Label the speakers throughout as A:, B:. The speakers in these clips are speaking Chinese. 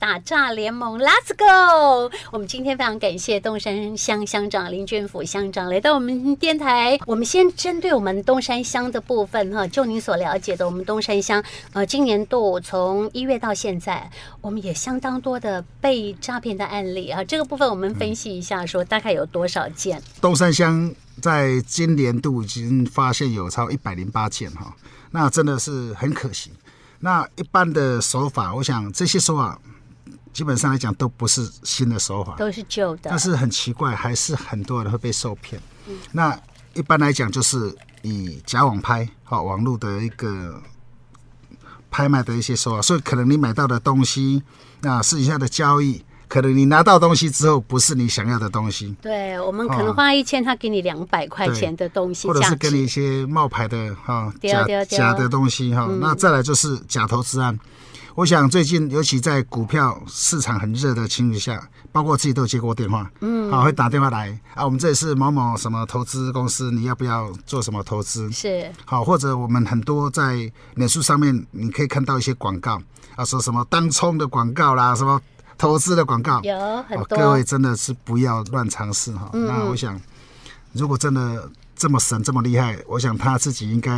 A: 打诈联盟，Let's go！我们今天非常感谢东山乡乡长林俊甫乡长来到我们电台。我们先针对我们东山乡的部分哈，就您所了解的，我们东山乡呃，今年度从一月到现在，我们也相当多的被诈骗的案例啊。这个部分我们分析一下，说大概有多少件？
B: 东山乡在今年度已经发现有超一百零八件哈，那真的是很可惜。那一般的手法，我想这些手法基本上来讲都不是新的手法，
A: 都是旧的
B: 但。是很奇怪，还是很多人会被受骗。那一般来讲，就是以假网拍好、网络的一个拍卖的一些手法，所以可能你买到的东西，那私底下的交易，可能你拿到东西之后不是你想要的东西，
A: 对我们可能
B: 哦
A: 花一千，他给你两百块钱的东西
B: 或者
A: 价
B: 是给
A: 值，
B: 你一些冒牌的哈、
A: 对
B: 假
A: 对对
B: 假的东西哈、那再来就是假投资案。我想最近，尤其在股票市场很热的情况下，包括我自己都有接过电话，嗯，啊，会打电话来啊，我们这里是某某什么投资公司，你要不要做什么投资？
A: 是
B: 好，或者我们很多在脸书上面，你可以看到一些广告啊，说什么当冲的广告啦，什么投资的广告，
A: 有很
B: 哦，
A: 多。
B: 各位真的是不要乱尝试哈。那我想，如果真的这么神这么厉害，我想他自己应该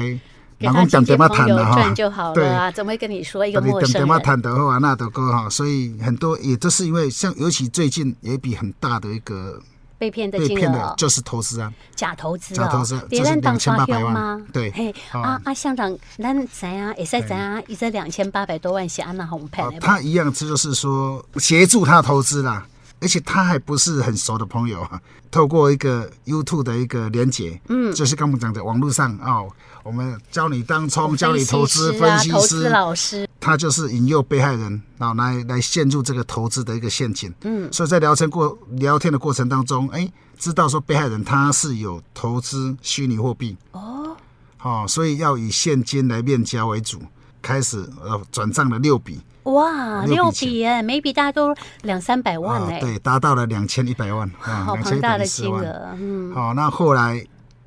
A: 给他
B: 讲
A: 几
B: 点
A: 间
B: 嘛
A: 朋
B: 谈
A: 友
B: 的哈
A: 赚就好了
B: 对。
A: 啊，怎么会跟你说一个
B: 你
A: 陌
B: 点
A: 生
B: 点嘛
A: 人？
B: 谈得后啊，那得够哈，所以很多也都是因为像，尤其最近有一笔很大的一个
A: 被骗的
B: 被
A: 金
B: 骗
A: 额
B: 的，就是投资啊，
A: 假投资哦，
B: 假投资
A: 别
B: 这是
A: 人当花
B: 2800万
A: 吗？
B: 对
A: 嘿，
B: 哦
A: 啊啊，乡长，咱怎样也在怎样，一这两千八百多万是安娜红
B: 啊
A: 盘，
B: 他一样，这就是说协助他投资啦，而且他还不是很熟的朋友啊，透过一个 YouTube 的一个连接，嗯，就是刚我们讲的网络上啊、哦，我们教你当冲，教你投资，分
A: 啊，
B: 析
A: 投资
B: 师，
A: 老师，
B: 他就是引诱被害人，然后来来陷入这个投资的一个陷阱。嗯，所以在聊天过聊天的过程当中，哎，知道说被害人他是有投资虚拟货币哦，哦，所以要以现金来面交为主，开始呃转账了六笔。
A: 哇，
B: 六
A: 六
B: 笔钱
A: 笔哎，每笔大概都两三百万
B: 啊，
A: 哎，
B: 对，达到了两千一百万，啊，
A: 好
B: 两
A: 庞
B: 千一
A: 大
B: 百
A: 的
B: 一十
A: 金
B: 万。
A: 额，嗯，
B: 好、那后来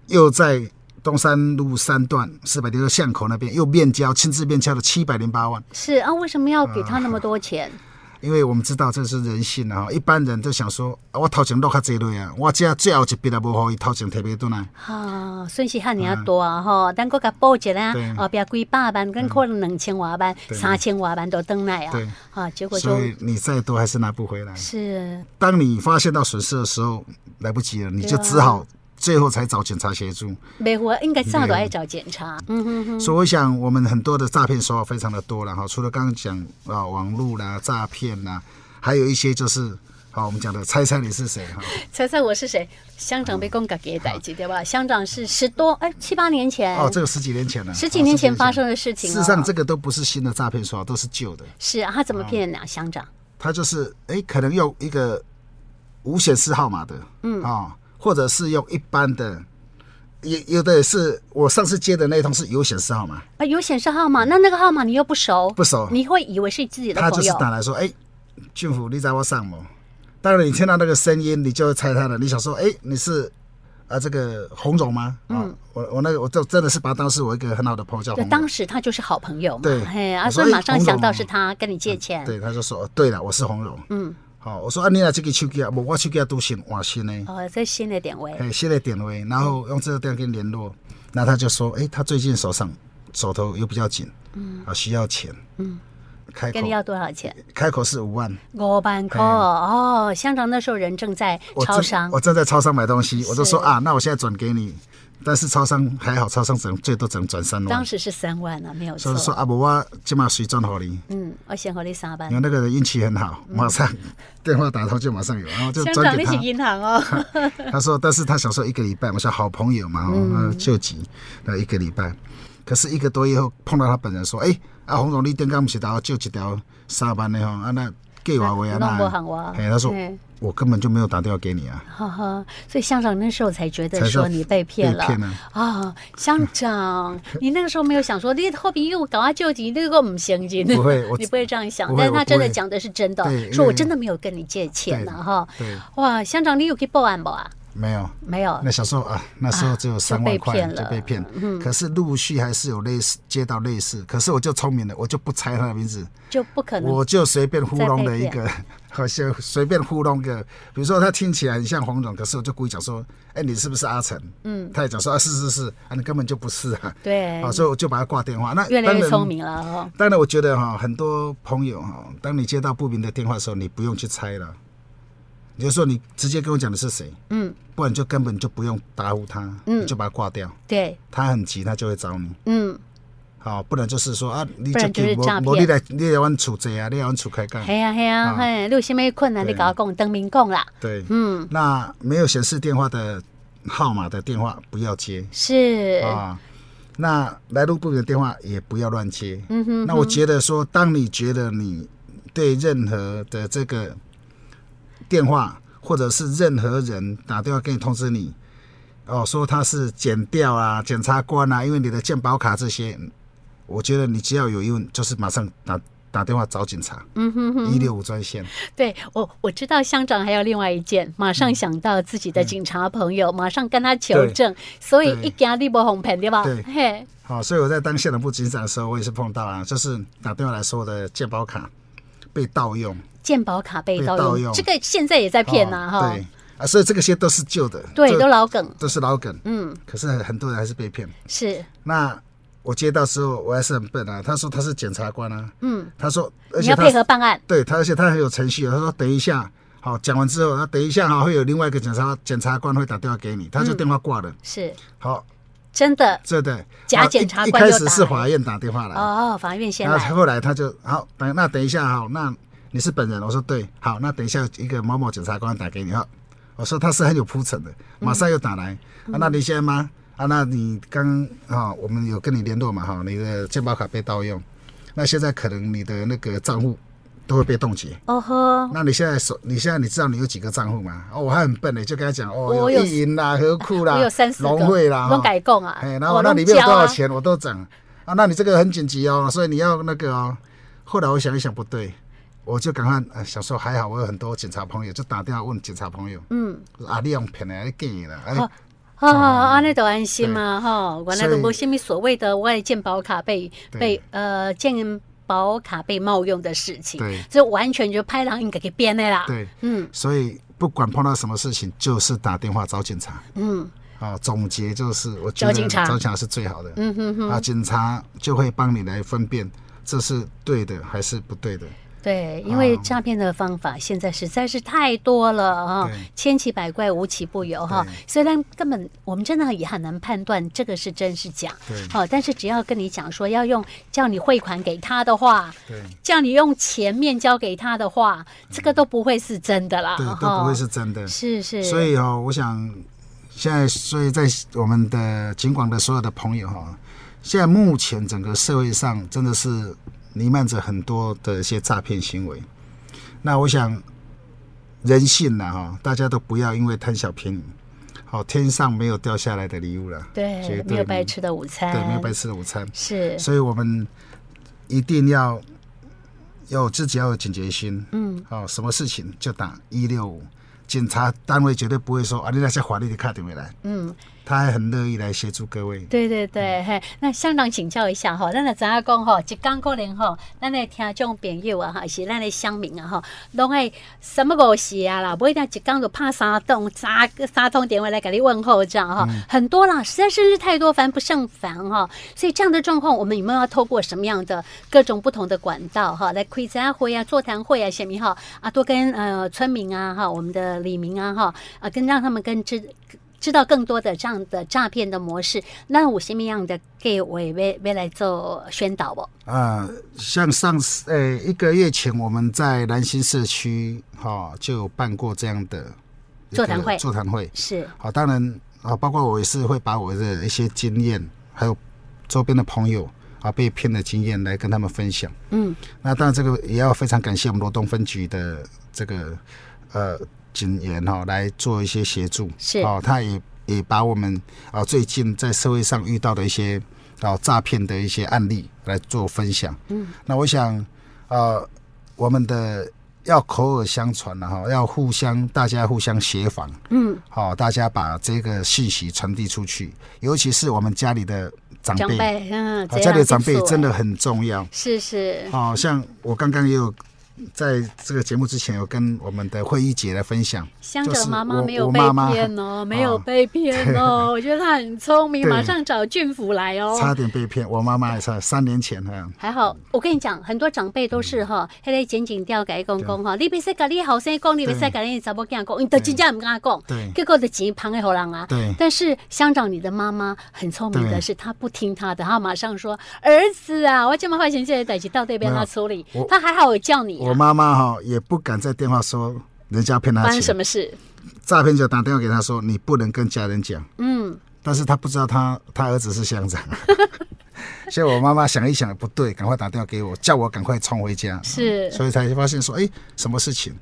B: 又在东山路三段四百零六巷口那边又面交，亲自面交了七百零八万。
A: 是啊，为什么要给他那么多钱？
B: 因为我们知道这是人性啊，一般人都想说，啊我头前落较济类啊，我这最后一笔也无互伊头前摕袂转来。
A: 啊，损失遐尔啊大啊吼，咱搁甲补一下啊
B: 对，嗯
A: 后壁几百万，跟可能两千外万、
B: 对
A: 三千外万都登来啊
B: 对，
A: 啊，结果就
B: 所以你再多还是拿不回来。
A: 是
B: 当你发现到损失的时候，来不及了，你
A: 对
B: 就
A: 啊
B: 只好最后才找警察协助。
A: 没活，应该早都爱找检查。嗯哼哼，
B: 所以我想，我们很多的诈骗手法非常的多了哈，除了刚刚讲啊网络啦、诈骗啦，还有一些就是好我们讲的猜猜你是谁哈，
A: 猜猜我是谁？乡长被公家给逮起，对吧？乡长是十多哎七八年前，
B: 嗯哦，这个十几年前了，
A: 十几年前发生
B: 的
A: 的事情
B: 事
A: 哦。
B: 实上，这个都不是新的诈骗手法，都是旧的。
A: 是啊他怎么骗
B: 哦
A: 的呢？乡长
B: 他就是哎，可能用一个无显示号码的，嗯啊、或者是用一般的，有有的也是我上次接的那一通是有显示号码，
A: 啊有显示号码，那那个号码你又不熟，
B: 不熟
A: 你会以为是自己的
B: 他就
A: 朋
B: 是
A: 友。
B: 打来说，哎、俊福，你在我上吗？当然，你听到那个声音，你就会猜他了。你想说，哎、你是啊这个红总吗？
A: 嗯
B: 啊、我我那个我就真的是把他当时我一个很好的朋友叫
A: 就
B: 红总。
A: 当时他就是好朋友嘛
B: 对，
A: 嘿啊，
B: 我
A: 所
B: 说
A: 以
B: 哎
A: 马上
B: 红
A: 想
B: 龙
A: 到
B: 哦
A: 是他跟你借钱。
B: 对，他就说，哦对了，我是红总。嗯，好、我说啊，你拿这个手机啊，我我手机啊都新换新的。
A: 哦，这新的点位
B: 哎，现在点位，然后用这个电话跟你联络，那他就说，哎、他最近手上手头又比较紧，嗯，啊，需要钱，嗯，开口
A: 跟你要多少钱？
B: 开口是五万，
A: 五万块哦。乡长那时候人正在
B: 嗯我
A: 超
B: 正
A: 商，
B: 我正在超商买东西，我就说啊，那我现在转给你，但是超商还好，超商只能最多只能转三
A: 当
B: 万，
A: 时是三万啊，没有
B: 所
A: 错
B: 以。说啊，不我今嘛谁转给你？
A: 嗯，我先和你三万
B: 然。后那个人运气很好，马上电话打通就马上有，然后就
A: 乡
B: 转
A: 长，
B: 给
A: 你
B: 他
A: 是。银行哦。
B: 他说，但是他想说一个礼拜，我说好朋友嘛，嗯，救急，那一个礼拜，可是一个多月后碰到他本人说，哎、啊，洪总，你顶刚不是打救一条三班的吼，啊那计划为啊
A: 弄不
B: 那，
A: 行我
B: 哎，他说
A: 嘿
B: 我根本就没有打电话给你啊，
A: 哈哈，所以乡长那时候才觉得
B: 才知道
A: 说你被骗了
B: 被骗了
A: 啊！乡长， 你那个时候没有想说你后边又搞啊救急，那个唔行情，
B: 不会 我
A: 你不会这样想
B: 不，会
A: 但是他
B: 我不
A: 真的
B: 会
A: 讲的是真的
B: 对，因
A: 说我
B: 为
A: 真的没有跟你借钱
B: 对
A: 了哈。
B: 对
A: 哇，乡长，你有去报案不啊？
B: 没有，
A: 没有
B: 那小时候啊，那时候只有三万
A: 啊
B: 块就被骗，
A: 嗯
B: 可是陆续还是有类似接到类似，可是我就聪明了，我就不猜他的名字，
A: 就不可能。
B: 我就随便糊弄了一个， 好像随便糊弄个，比如说他听起来很像黄总，可是我就故意讲说，哎，你是不是阿成？嗯，他也讲说啊，是是是，啊，你根本就不是啊。
A: 对
B: 啊，所以我就把他挂电话。那
A: 越来
B: 当
A: 越
B: 然
A: 聪明了哦。
B: 当然，我觉得哈、很多朋友哈、当你接到不明的电话的时候，你不用去猜了，你就说你直接跟我讲的是谁，
A: 嗯，
B: 不然就根本就不用答复他，你就把他挂掉。
A: 对，
B: 他很急，他就会找你。
A: 嗯，
B: 好、不然就是说啊，你
A: 不然就是
B: 给我
A: 诈
B: 我
A: 骗
B: 你来你来阮厝坐啊，你来阮厝开讲。
A: 嘿呀嘿呀
B: 啊
A: 嘿，你有什么困难你
B: 对
A: 跟我讲，当面讲啦。
B: 对，
A: 嗯，
B: 那没有显示电话的号码的电话不要接
A: 是，
B: 啊。那来路不明的电话也不要乱接。
A: 嗯哼，
B: 那我觉得说，当你觉得你对任何的这个电话，或者是任何人打电话给你通知你，哦，说他是检调啊、检察官啊，因为你的健保卡这些，我觉得你只要有疑问，就是马上打打电话找警察，
A: 嗯哼哼，
B: 一六五专线。
A: 对我我知道乡长还有另外一件，马
B: 嗯
A: 上想到自己的警察朋友，马上跟他求证，所以
B: 对
A: 一家立波红盆对吧？
B: 对
A: 嘿，
B: 好、所以我在当县政部警长的时候，我也是碰到啊，就是打电话来说我的健保卡被盗用，
A: 鉴宝卡被
B: 被
A: 盗
B: 盗
A: 用，
B: 用
A: 这个现在也在骗呐、
B: 哦
A: 哈、
B: 对啊，所以这个些都是旧的，
A: 对，
B: 这
A: 都老梗，
B: 都是老梗。
A: 嗯，
B: 可是很多人还是被骗。
A: 是，
B: 那我接到之后，我还是很笨啊。他说他是检察官啊，
A: 嗯，
B: 他说，而
A: 你
B: 且
A: 要
B: 他
A: 配合办案，
B: 对他，而且他很有程序哦。他说等一下，好，讲完之后，他等一下哈，会有另外一个检察检察官会打电话给你，他
A: 嗯
B: 就电话挂了。
A: 是
B: 好，
A: 真的
B: 这对
A: 假
B: 好
A: 检察
B: 一一
A: 官
B: 开
A: 又
B: 始
A: 打
B: 是
A: 来
B: 法院打电话来，
A: 哦，法院先
B: 然
A: 来，
B: 后后来啊他就啊好，等那等一下好，那你是本人，我说对，好，那等一下一个某某检察官打给你哈，我说他是很有铺陈的，
A: 嗯
B: 马上又打来，啊，那你现在吗？啊，那你刚啊、我们有跟你联络嘛哈、你的健保卡被盗用，那现在可能你的那个账户都会被冻结。
A: 哦呵，
B: 那你现在手，你现在你知道你有几个账户吗？哦，我还很笨呢，就跟他讲哦，
A: 我
B: 有
A: 有
B: 意银啦、和库啦、
A: 我有三四个，
B: 龙汇啦、
A: 拢
B: 哈
A: 改供啊，
B: 哎，然后
A: 我
B: 那
A: 拢
B: 里面有
A: 交
B: 多少
A: 啊？
B: 钱我都涨啊，那你这个很紧急哦，所以你要那个哦。后来我想一想不对，我就赶快呃想说还好我有很多警察朋友，就打电话问警察朋友，
A: 嗯，
B: 我说啊你用骗的，你建议啦，哎
A: 好哦，安尼都安心嘛，哈，原来都
B: 所
A: 无
B: 以
A: 什么所谓的我的健保卡被
B: 对
A: 被呃健保卡被冒用的事情
B: 对，
A: 这完全就拍狼应该给编的啦。
B: 对，
A: 嗯
B: 所以不管碰到什么事情，就是打电话找警察
A: 嗯
B: 啊。总结就是，我觉
A: 找警
B: 得
A: 察
B: 找警察是最好的，
A: 嗯哼哼，
B: 啊，警察就会帮你来分辨这是对的还是不对的。
A: 对，因
B: 啊
A: 为诈骗的方法现在实在是太多了哈
B: 对，
A: 千奇百怪，无奇不有哈。虽然根本我们真的也很难判断这个是真是假，
B: 对
A: 好，但是只要跟你讲说要用叫你汇款给他的话，
B: 对。
A: 叫你用钱面交给他的话，这个都不会是真的啦，
B: 对，都
A: 啊哈
B: 不会是真的。
A: 是是，
B: 所以哦，我想现在，所以在我们的尽管的所有的朋友哈、现在目前整个社会上真的是弥漫着很多的一些诈骗行为。那我想人性呐哈、大家都不要因为贪小便宜，好、天上没有掉下来的礼物了，
A: 对
B: 绝
A: 没有
B: 没
A: 白吃的午餐，
B: 对，没有白吃的午餐。
A: 是
B: 所以我们一定要有自己要有警觉心，嗯，哦，什么事情就打一六五，警察单位绝对不会说啊，你那些法律的卡点没来，
A: 嗯，
B: 他还很乐意来协助各位。
A: 对对对，嘿，那乡长请教一下哈，咱若知影讲吼，一讲可能吼，咱的听众朋友啊，哈，是咱的乡民啊，吼，拢爱什么五时啊啦，不一定一讲就拍三通、三三通电话来给你问候这样哈，很多啦，实在是太多，烦不胜烦哈。所以这样的状况，我们有没有要透过什么样的各种不同的管道哈，来开展会啊、座谈会啊，什么哈啊，多跟呃村民啊哈，我们的李明啊哈啊，跟让他们跟知知道更多的这样的诈骗的模式，那有什么样的给我也要要来做宣导哦不？
B: 啊，像上次呃一个月前，我们在南新社区哈、就有办过这样的一个
A: 座谈会
B: 座谈会，
A: 是，
B: 好，当然啊，包括我也是会把我的一些经验，还有周边的朋友啊被骗的经验来跟他们分享。
A: 嗯，
B: 那当然，这个也要非常感谢我们罗东分局的这个呃警员哈、来做一些协助。
A: 是
B: 哦，他也也把我们啊最近在社会上遇到的一些啊诈骗的一些案例来做分享。嗯，那我想呃我们的要口耳相传了哈，要互相大家互相协防，
A: 嗯，
B: 好、大家把这个信息传递出去，尤其是我们家里的长
A: 长
B: 辈，啊哦
A: 辈，嗯，
B: 好家里的长辈
A: 这样不错
B: 真的很重要。
A: 是是，
B: 好、哦像我刚刚也有在这个节目之前有跟我们的慧玉姐来分享，
A: 香
B: 就
A: 长
B: 是
A: 妈妈
B: 我
A: 没有
B: 我
A: 被
B: 妈妈
A: 骗哦，没有
B: 啊
A: 被骗 哦，我觉得她很聪明，
B: 对
A: 马上找俊福来哦。
B: 差点被骗，我妈妈也差三年前哈，
A: 还好，我跟你讲，很多长辈都是哈，
B: 嗯
A: 迄个剪剪掉改讲讲哈，你别使甲你后生讲，你别使甲你查某囝讲，你都真正唔敢讲，
B: 对
A: 结果的钱捧给好人啊。
B: 嗯对
A: 但是乡长，你的妈妈很聪明的
B: 对
A: 是，她不听她的，她马上说：“儿子啊，我这么花钱现在代志到这边
B: 没
A: 他
B: 有
A: 处理。
B: 我”
A: 她还好有叫你
B: 我
A: 啊，
B: 妈妈哈也不敢在电话说人家骗她
A: 发生什
B: 钱，
A: 么事？
B: 诈骗者打电话给她说你不能跟家人讲，
A: 嗯，
B: 但是她不知道她她儿子是乡长， 所以我妈妈想一想不对，赶快打电话给我，叫我赶快冲回家，
A: 是
B: 所以才发现说哎、什么事情，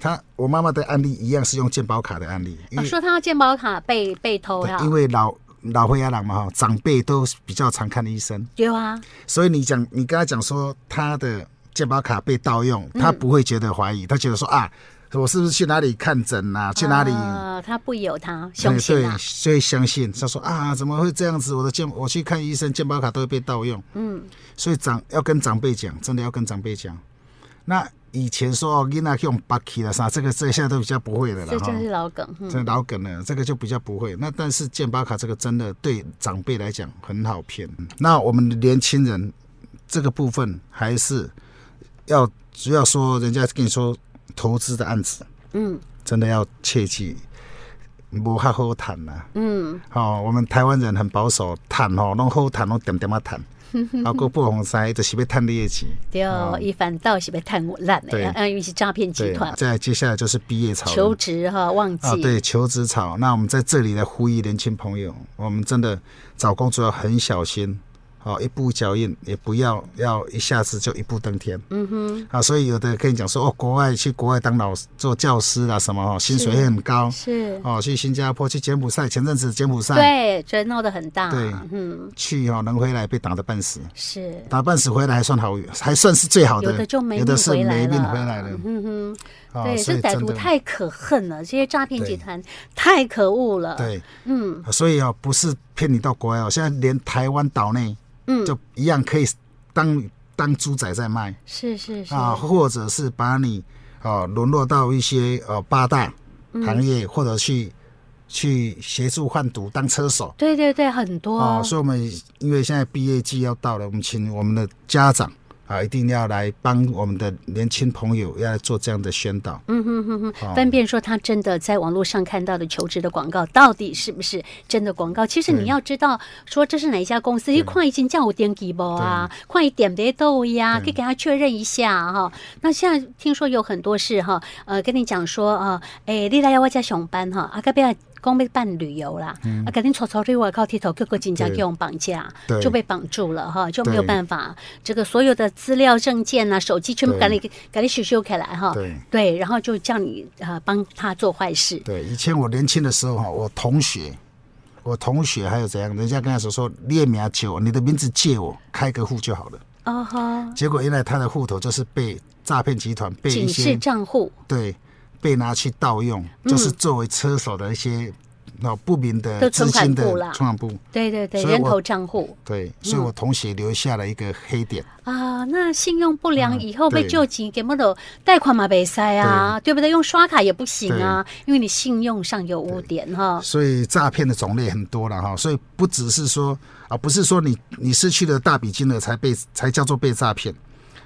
B: 她我妈妈的案例一样是用健保卡的案例，因
A: 啊
B: 为
A: 说她健保卡被被偷
B: 对
A: 了，
B: 因为老老灰牙狼嘛哈，长辈都比较常看医生，
A: 对啊，
B: 所以你讲你跟他讲说他的健保卡被盗用，
A: 嗯
B: 他不会觉得怀疑，他觉得说啊，我是不是去哪里看诊啊，去哪里？
A: 啊她不有她
B: 对
A: 相信
B: 对
A: 啊，，
B: 所以相信他说啊，怎么会这样子？我的健我去看医生，健保卡都会被盗用。
A: 嗯，
B: 所以长要跟长辈讲，真的要跟长辈讲。那以前说哦，囡仔用 bucky 了啥，这个这个现在都比较不会的了
A: 这
B: 哈。
A: 真是老梗。嗯
B: 这老梗了，这个就比较不会。那但是健保卡这个真的对长辈来讲很好骗。那我们年轻人这个部分还是要主要说，人家跟你说投资的案子，
A: 嗯
B: 真的要切记，不哈好谈呐、
A: 嗯，
B: 哦，我们台湾人很保守，谈哦，弄好谈，弄点点 啊谈，啊，过不红塞就是要探业绩。
A: 对，伊反倒是被贪污烂
B: 对
A: 的，啊，因为是诈骗集
B: 对
A: 团，
B: 再接下来就是毕业潮了。
A: 求职哈忘
B: 啊，
A: 记，
B: 对，求职潮。那我们在这里来呼吁年轻朋友，我们真的找工作要很小心，好、一步一脚印，也不要要一下子就一步登天。嗯哼。啊，所以有的跟你讲说，哦，国外去国外当老师做教师啦什么哦，薪水也很高。
A: 是，
B: 哦，去新加坡、去柬埔寨，前阵子柬埔寨
A: 对，觉得闹得很大，
B: 对
A: 嗯，
B: 去哦，能回来被打得半死，
A: 是，
B: 打半死回来还算好，还算是最好的。
A: 有的就没
B: 有
A: 命
B: 的是
A: 回来
B: 没命
A: 了，
B: 回来了。
A: 嗯哼，
B: 哦
A: 对，
B: 所
A: 这
B: 以
A: 歹
B: 真
A: 徒
B: 的
A: 太可恨了，这些诈骗集
B: 对
A: 团太可恶了，
B: 对。
A: 嗯，
B: 所以哦，不是骗你到国外哦，现在连台湾岛内，
A: 嗯
B: 就一样可以当当猪仔在卖
A: 是是是，
B: 啊，或者是把你哦沦落到一些呃八大
A: 嗯
B: 行业，或者去去协助贩毒当车手
A: 对对对，很多
B: 哦。，所以我们因为现在毕业季要到了，我们请我们的家长啊，一定要来帮我们的年轻朋友要来做这样的宣导。哦
A: 嗯哼哼哼，分辨说他真的在网络上看到的求职的广告到底是不是真的广告？其实你要知道说这是哪一家公司，你快已经叫我点击不啊，快一点别逗呀，可以给他确认一下哈、那现在听说有很多事哈，呃，跟你讲说啊，诶、你来我家上班哈，啊，隔壁。讲要办旅游啦，啊，赶紧搓搓对外靠剃头，结果真正
B: 对
A: 给我们绑架，
B: 嗯对
A: 就被绑住了哈，就没有
B: 对
A: 办法。这个所有的资料、证件啊、手机全部
B: 对
A: 赶紧赶紧修修起来哈。
B: 对
A: 对，然后就叫你呃帮他做坏事。
B: 对，以前我年轻的时候哈，我同学，我同学还有怎样，人家跟他说说列名借我，你的名字借我开个户就好了。
A: 哦哈，
B: 结果原来他的户头就是被诈骗集团被一
A: 警示
B: 些
A: 账户
B: 对被拿去盗用，就是作为车手的一些那不明
A: 嗯都
B: 的
A: 存
B: 资
A: 款
B: 金的
A: 部啦嗯
B: 创部。
A: 对对对，
B: 所以
A: 人
B: 我
A: 头账户
B: 对，所以我同学留下了一个黑点。
A: 啊，那信用不良
B: 嗯
A: 以后被
B: 对
A: 救急，给不到贷款嘛被塞啊，对不对？用刷卡也不行啊，因为你信用上有污点哈。
B: 所以诈骗的种类很多了哈，所以不只是说啊，不是说你你失去了大笔金额才被才叫做被诈骗，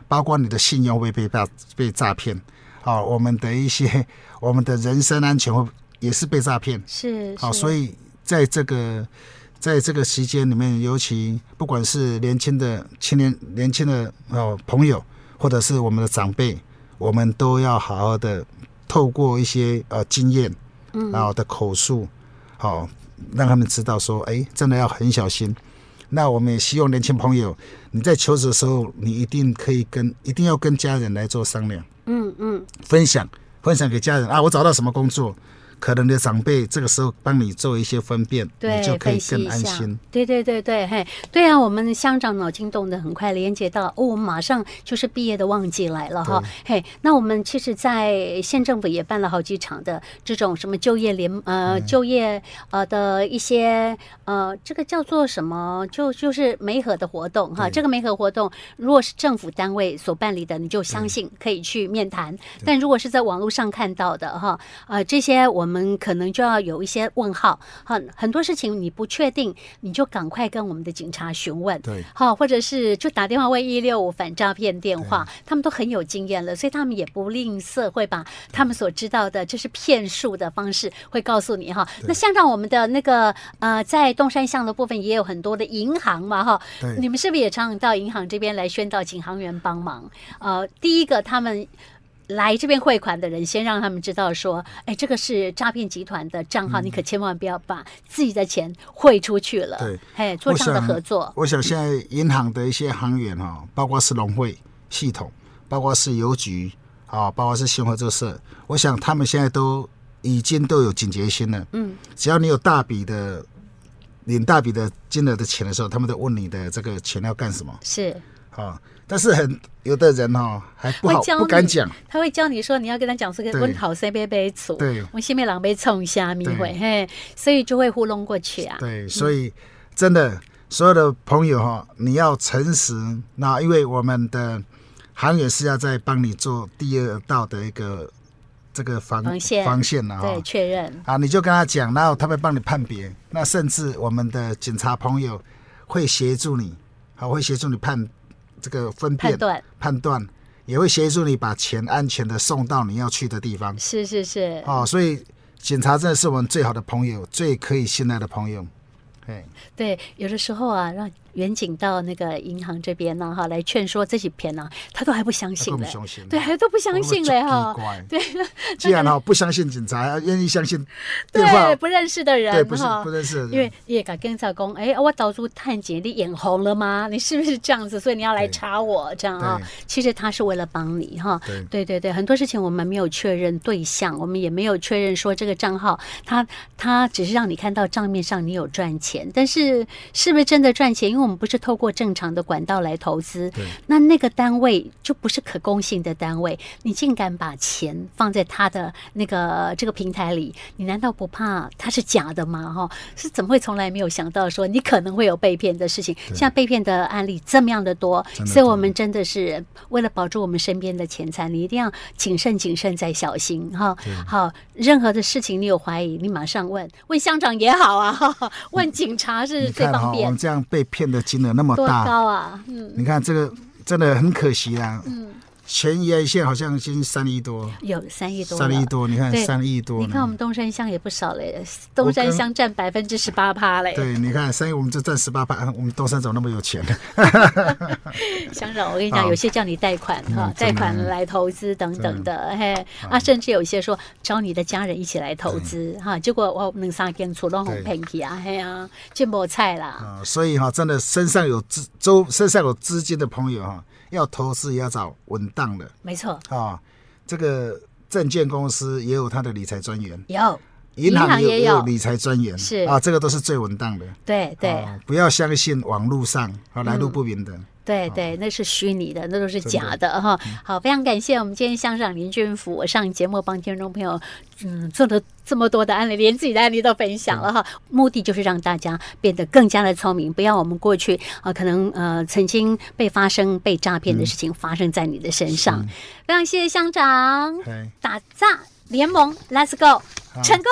B: 包括你的信用会被诈被诈骗，啊，我们的一些我们的人身安全会也是被诈骗，
A: 是，
B: 好，
A: 是
B: 所以在这个在这个时间里面，尤其不管是年轻的青年、年轻的哦朋友，或者是我们的长辈，我们都要好好的透过一些呃经验，嗯，然后的口述，好、让他们知道说，哎，真的要很小心。那我们也希望年轻朋友，你在求职的时候，你一定可以跟一定要跟家人来做商量。
A: 嗯嗯，
B: 分享，分享给家人啊，我找到什么工作，可能的长辈这个时候帮你做一些分辨，
A: 对，
B: 你就可以
A: 分析
B: 更
A: 一
B: 安
A: 下
B: 心。。
A: 对对对对，嘿，对啊，我们乡长脑筋动得很快，连接到哦，马上就是毕业的旺季来了哈。嘿，那我们其实，在县政府也办了好几场的这种什么就业联呃、
B: 嗯
A: 就业呃的一些呃这个叫做什么就就是媒合的活动哈。这个媒合活动，如果是政府单位所办理的，你就相信可以去面谈；但如果是在网络上看到的哈，呃，这些我们可能就要有一些问号。很很多事情你不确定，你就赶快跟我们的警察询问。
B: 对
A: 好，或者是就打电话问一六五反诈骗电话，他们都很有经验了，所以他们也不吝啬，会把他们所知道的，这是骗术的方式，会告诉你哈。那像让我们的那个呃，在东山巷的部分也有很多的银行嘛哈，
B: 对
A: 你们是不是也常常到银行这边来宣导请行员帮忙？呃，第一个他们。来这边汇款的人，先让他们知道说，哎，这个是诈骗集团的账号，你可千万不要把自己的钱汇出去了。
B: 嗯对，
A: 哎，做这样的合作，
B: 我想现在银行的一些行员哈、包括是农会系统，包括是邮局啊、包括是新华这社，我想他们现在都已经都有警觉心了。嗯，只要你有大笔的领大笔的金额的钱的时候，他们都问你的这个钱要干什么
A: 是
B: 啊、但是很有的人哈、还不
A: 会
B: 好
A: 教你
B: 不敢讲，
A: 他会教你说，你要跟他讲这个
B: 对
A: 温好三杯杯醋，
B: 对
A: 我下面狼狈冲虾米
B: 对
A: 会，嘿，所以就会糊弄过去啊。
B: 对，所以真的，所有的朋友哈，你要诚实。那因为我们的行业是要在帮你做第二道的一个这个防
A: 防线
B: 防线了哈
A: 对，。确认
B: 啊，你就跟他讲，然后他会帮你判别。那甚至我们的警察朋友会协助你，好，会协助你判这个分辨
A: 判断，
B: 判断也会协助你把钱安全的送到你要去的地方。
A: 是是是，
B: 哦，所以警察真的是我们最好的朋友，最可以信赖的朋友。嘿。
A: 对，有的时候啊，让远景到那个银行这边呢，哈，来劝说这几篇呢，他都还不相信
B: 都不
A: 嘞
B: 相信，
A: 对，还都不相信嘞哈
B: 我们，很奇怪
A: 对，
B: 既然哈不相信警察，愿意相信电话
A: 对，，不认识的人
B: 对，不是
A: 哈
B: 不。认识的人，
A: 因为你也敢跟他讲，哎、我导出探姐，你眼红了吗？你是不是这样子？所以你要来
B: 对
A: 查我这样啊、
B: 对
A: 其实他是为了帮你哈。
B: 对
A: 对对对很多事情我们没有确认对象，我们也没有确认说这个账号，他他只是让你看到账面上你有赚钱，但是是不是真的赚钱？因为我们不是透过正常的管道来投资，
B: 对
A: 那那个单位就不是可公信的单位，你竟敢把钱放在他的那个这个平台里，你难道不怕它是假的吗？哈、是怎么会从来没有想到说你可能会有被骗的事情？现在被骗的案例这么样的多，
B: 真的
A: 所以我
B: 多
A: 们真的是为了保住我们身边的钱财，你一定要谨慎、谨慎再小心哈、好，任何的事情你有怀疑，你马上问 问乡长也好啊，哈哈问警察是
B: 你
A: 最
B: 看哈，
A: 方
B: 我
A: 便
B: 们。这样被骗的金额那么
A: 多
B: 大，
A: 高啊？嗯，
B: 你看这个真的很可惜啊。嗯，前一岸线好像已经三亿多，
A: 有三亿多了，
B: 三亿多，你看
A: 对
B: 三亿多呢，
A: 你看我们东山乡也不少嘞，东山乡占百分之十八趴嘞。
B: 对，你看三亿，我们就占十八趴，我们东山怎么那么有钱？
A: 乡长，我跟你讲，
B: 啊
A: 有些叫你贷款哈，
B: 真
A: 贷
B: 的
A: 款来投资等等的，嘿啊，甚至有一些说找你的家人一起来投资哈，结果我两三间厝拢红
B: 对
A: 骗去啊，嘿啊，这无菜啦，
B: 啊，所以哈、真的身上有资周身上有资金的朋友哈、要投资也要找稳当的
A: 没错，
B: 啊、这个证券公司也有它的理财专员，
A: 有，
B: 银
A: 银行
B: 行也
A: 也
B: 也
A: 有
B: 有理财专员，
A: 是
B: 啊，这个都是最稳当的。
A: 对嗯对
B: 啊不要相信网络上啊来路不明的。
A: 对对，那是虚拟的，那都是假的哈。好，非常感谢我们今天乡长林俊甫我上节目帮听众朋友，嗯，做了这么多的案例，连自己的案例都分享了哈。目的就是让大家变得更加的聪明，不要我们过去啊、呃可能呃曾经被发生被诈骗的事情发生在你的身上。非常谢谢乡长，
B: 嘿
A: 打诈联盟，Let's go，成功。